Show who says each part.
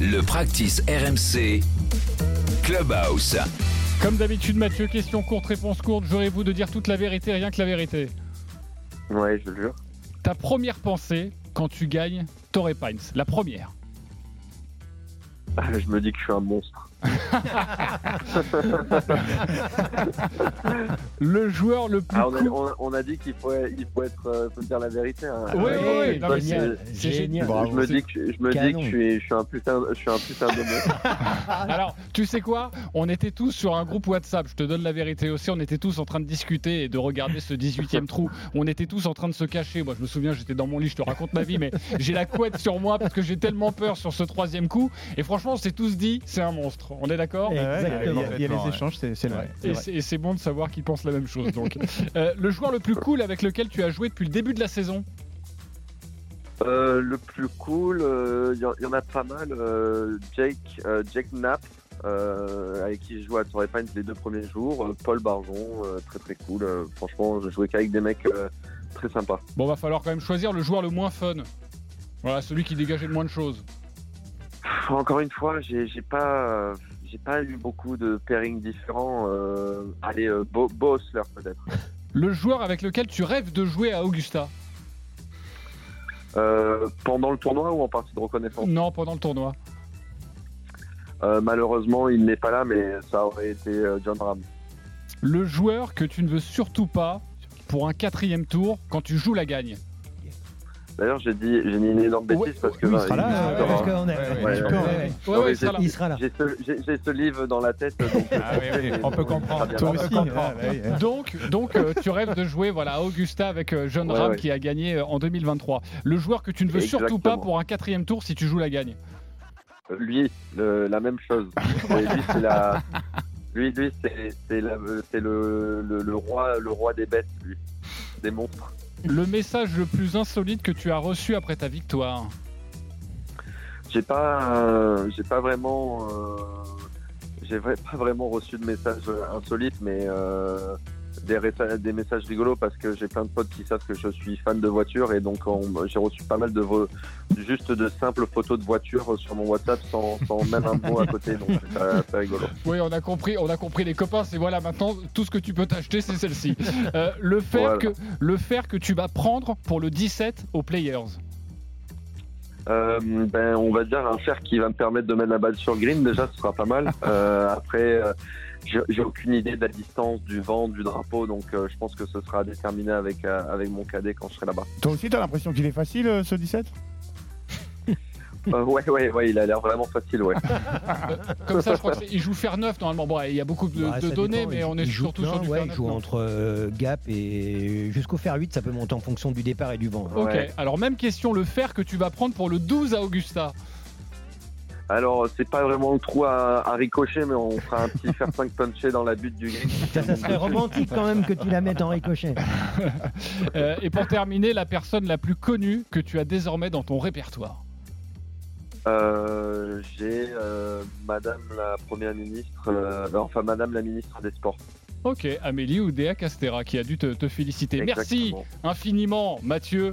Speaker 1: Le practice RMC Clubhouse.
Speaker 2: Comme d'habitude, Mathieu, question courte, réponse courte. Jurez-vous de dire toute la vérité, rien que la vérité.
Speaker 3: Ouais, je le jure.
Speaker 2: Ta première pensée quand tu gagnes Torrey Pines La première.
Speaker 3: Ah, Je me dis que je suis un monstre.
Speaker 2: Le joueur le plus.
Speaker 3: Ah, on, a, on a- on a dit qu'il faut, il faut être, euh, faut dire la vérité. hein.
Speaker 2: Ouais, ouais, ouais,
Speaker 3: je
Speaker 2: non,
Speaker 3: me
Speaker 2: mais
Speaker 3: dis-
Speaker 2: c'est-
Speaker 4: c'est génial.
Speaker 3: Je me dis que je me dis
Speaker 4: Canon.
Speaker 3: que je suis, je suis un putain, je suis un putain de monstre.
Speaker 2: Alors, tu sais quoi On était tous sur un groupe WhatsApp, je te donne la vérité aussi, on était tous en train de discuter et de regarder ce 18e trou. On était tous en train de se cacher. Moi, je me souviens, j'étais dans mon lit, je te raconte ma vie, mais j'ai la couette sur moi parce que j'ai tellement peur sur ce troisième coup. Et franchement, on s'est tous dit, c'est un monstre. On est d'accord
Speaker 4: Exactement.
Speaker 5: Il y a les échanges, c'est c'est le vrai.
Speaker 2: et c'est- et c'est bon de savoir qu'ils pensent la même chose. Donc, Euh, le joueur le plus cool avec lequel tu as joué depuis le début de la saison.
Speaker 3: Euh, le plus cool, euh, il y en- il y, en a pas mal. euh, Jake, euh, Jake Knapp, euh, avec qui je joue à Torrey Pines les deux premiers jours. euh, Paul Barjon, euh, très très cool. euh, franchement, je jouais qu'avec des mecs euh, très sympas.
Speaker 2: Bon, va falloir quand même choisir le joueur le moins fun. Voilà, celui qui dégageait le moins de choses.
Speaker 3: Pff, Encore une fois, j'ai j'ai pas, euh, j'ai pas eu beaucoup de pairings différents. euh, allez, euh, Bo, Bo Osler, peut-être.
Speaker 2: Le joueur avec lequel tu rêves de jouer à Augusta.
Speaker 3: Euh, pendant le tournoi ou en partie de reconnaissance
Speaker 2: Non, pendant le tournoi.
Speaker 3: Euh, Malheureusement, il n'est pas là, mais ça aurait été euh, John Ram.
Speaker 2: Le joueur que tu ne veux surtout pas pour un quatrième tour quand tu joues la gagne.
Speaker 3: D'ailleurs, j'ai dit, j'ai mis une énorme bêtise
Speaker 2: Ouais,
Speaker 3: parce que
Speaker 5: oui, il
Speaker 3: euh,
Speaker 5: sera là,
Speaker 3: il
Speaker 5: ouais,
Speaker 3: sera-
Speaker 5: parce
Speaker 4: qu'on est-
Speaker 5: Ouais,
Speaker 3: ouais,
Speaker 4: tu
Speaker 3: ouais,
Speaker 4: peux,
Speaker 3: ouais,
Speaker 4: ouais.
Speaker 2: Ouais,
Speaker 3: Ah
Speaker 2: ouais,
Speaker 3: oui,
Speaker 2: ça là.
Speaker 4: Il sera là.
Speaker 3: J'ai ce, j'ai- j'ai ce livre dans la tête, donc
Speaker 5: Ah oui, oui, on peut comprendre.
Speaker 3: Très bien.
Speaker 5: Toi aussi.
Speaker 4: comprendre.
Speaker 5: ah, bah oui, hein.
Speaker 2: Donc, donc euh, tu rêves de jouer voilà, à Augusta avec euh, John
Speaker 3: Ouais,
Speaker 2: Ram
Speaker 3: ouais.
Speaker 2: qui a gagné euh, en 2023. Le joueur que tu ne veux surtout pas
Speaker 3: Exactement.
Speaker 2: pour un quatrième tour si tu joues la gagne.
Speaker 3: lui, le- la même chose. Et lui, c'est la- lui, lui, c'est- c'est la- euh, c'est le, le- le roi, le roi des bêtes, lui. des monstres.
Speaker 2: Le message le plus insolite que tu as reçu après ta victoire.
Speaker 3: J'ai pas, euh, j'ai pas vraiment, euh, j'ai vrai- pas vraiment reçu de messages euh, insolites, mais euh, des, réta- des messages rigolos parce que j'ai plein de potes qui savent que je suis fan de voitures et donc on- j'ai reçu pas mal de vo- juste de simples photos de voitures sur mon WhatsApp sans, sans même un mot à côté, donc c'est euh, c'est rigolo.
Speaker 2: Oui, on a compris, on a compris les copains. C'est voilà, maintenant tout ce que tu peux t'acheter, c'est celle-ci. Euh, le, fer
Speaker 3: Voilà.
Speaker 2: que, le fer que tu vas prendre pour le 17 aux Players.
Speaker 3: Euh, ben, on va dire un fer qui va me permettre de mettre la balle sur le green. Déjà, ce sera pas mal. Euh, après, euh, j'ai j'ai aucune idée de la distance, du vent, du drapeau. Donc, euh, je pense que ce sera déterminé avec, euh, avec mon cadet quand je serai là-bas.
Speaker 6: Toi aussi, t'as l'impression qu'il est facile euh, ce 17
Speaker 3: Euh, ouais, ouais, ouais, il a l'air vraiment facile, ouais.
Speaker 2: Comme ça, je crois qu'il joue fer neuf normalement. Bon, il y a beaucoup de,
Speaker 4: Bah,
Speaker 2: de
Speaker 4: ça
Speaker 2: données,
Speaker 4: dépend,
Speaker 2: mais
Speaker 4: il-
Speaker 2: on est
Speaker 4: il joue-
Speaker 2: surtout
Speaker 4: non,
Speaker 2: sur du
Speaker 4: ouais,
Speaker 2: fer
Speaker 4: il
Speaker 2: neuf,
Speaker 4: joue
Speaker 2: non
Speaker 4: entre euh, gap et jusqu'au fer 8, ça peut monter en fonction du départ et du vent.
Speaker 2: Ok,
Speaker 3: Ouais.
Speaker 2: alors même question, le fer que tu vas prendre pour le 12 à Augusta.
Speaker 3: Alors, c'est pas vraiment le trou à, à ricocher, mais on fera un petit fer 5 punché dans la butte du green.
Speaker 4: Ça, ça serait romantique quand même que tu la mettes en ricochet.
Speaker 2: Euh, et pour terminer, la personne la plus connue que tu as désormais dans ton répertoire.
Speaker 3: Euh, j'ai euh, Madame la Première ministre, euh, enfin Madame la ministre des Sports.
Speaker 2: Ok, Amélie ou Dea Castera qui a dû te, te féliciter. Merci
Speaker 3: Exactement.
Speaker 2: infiniment, Mathieu.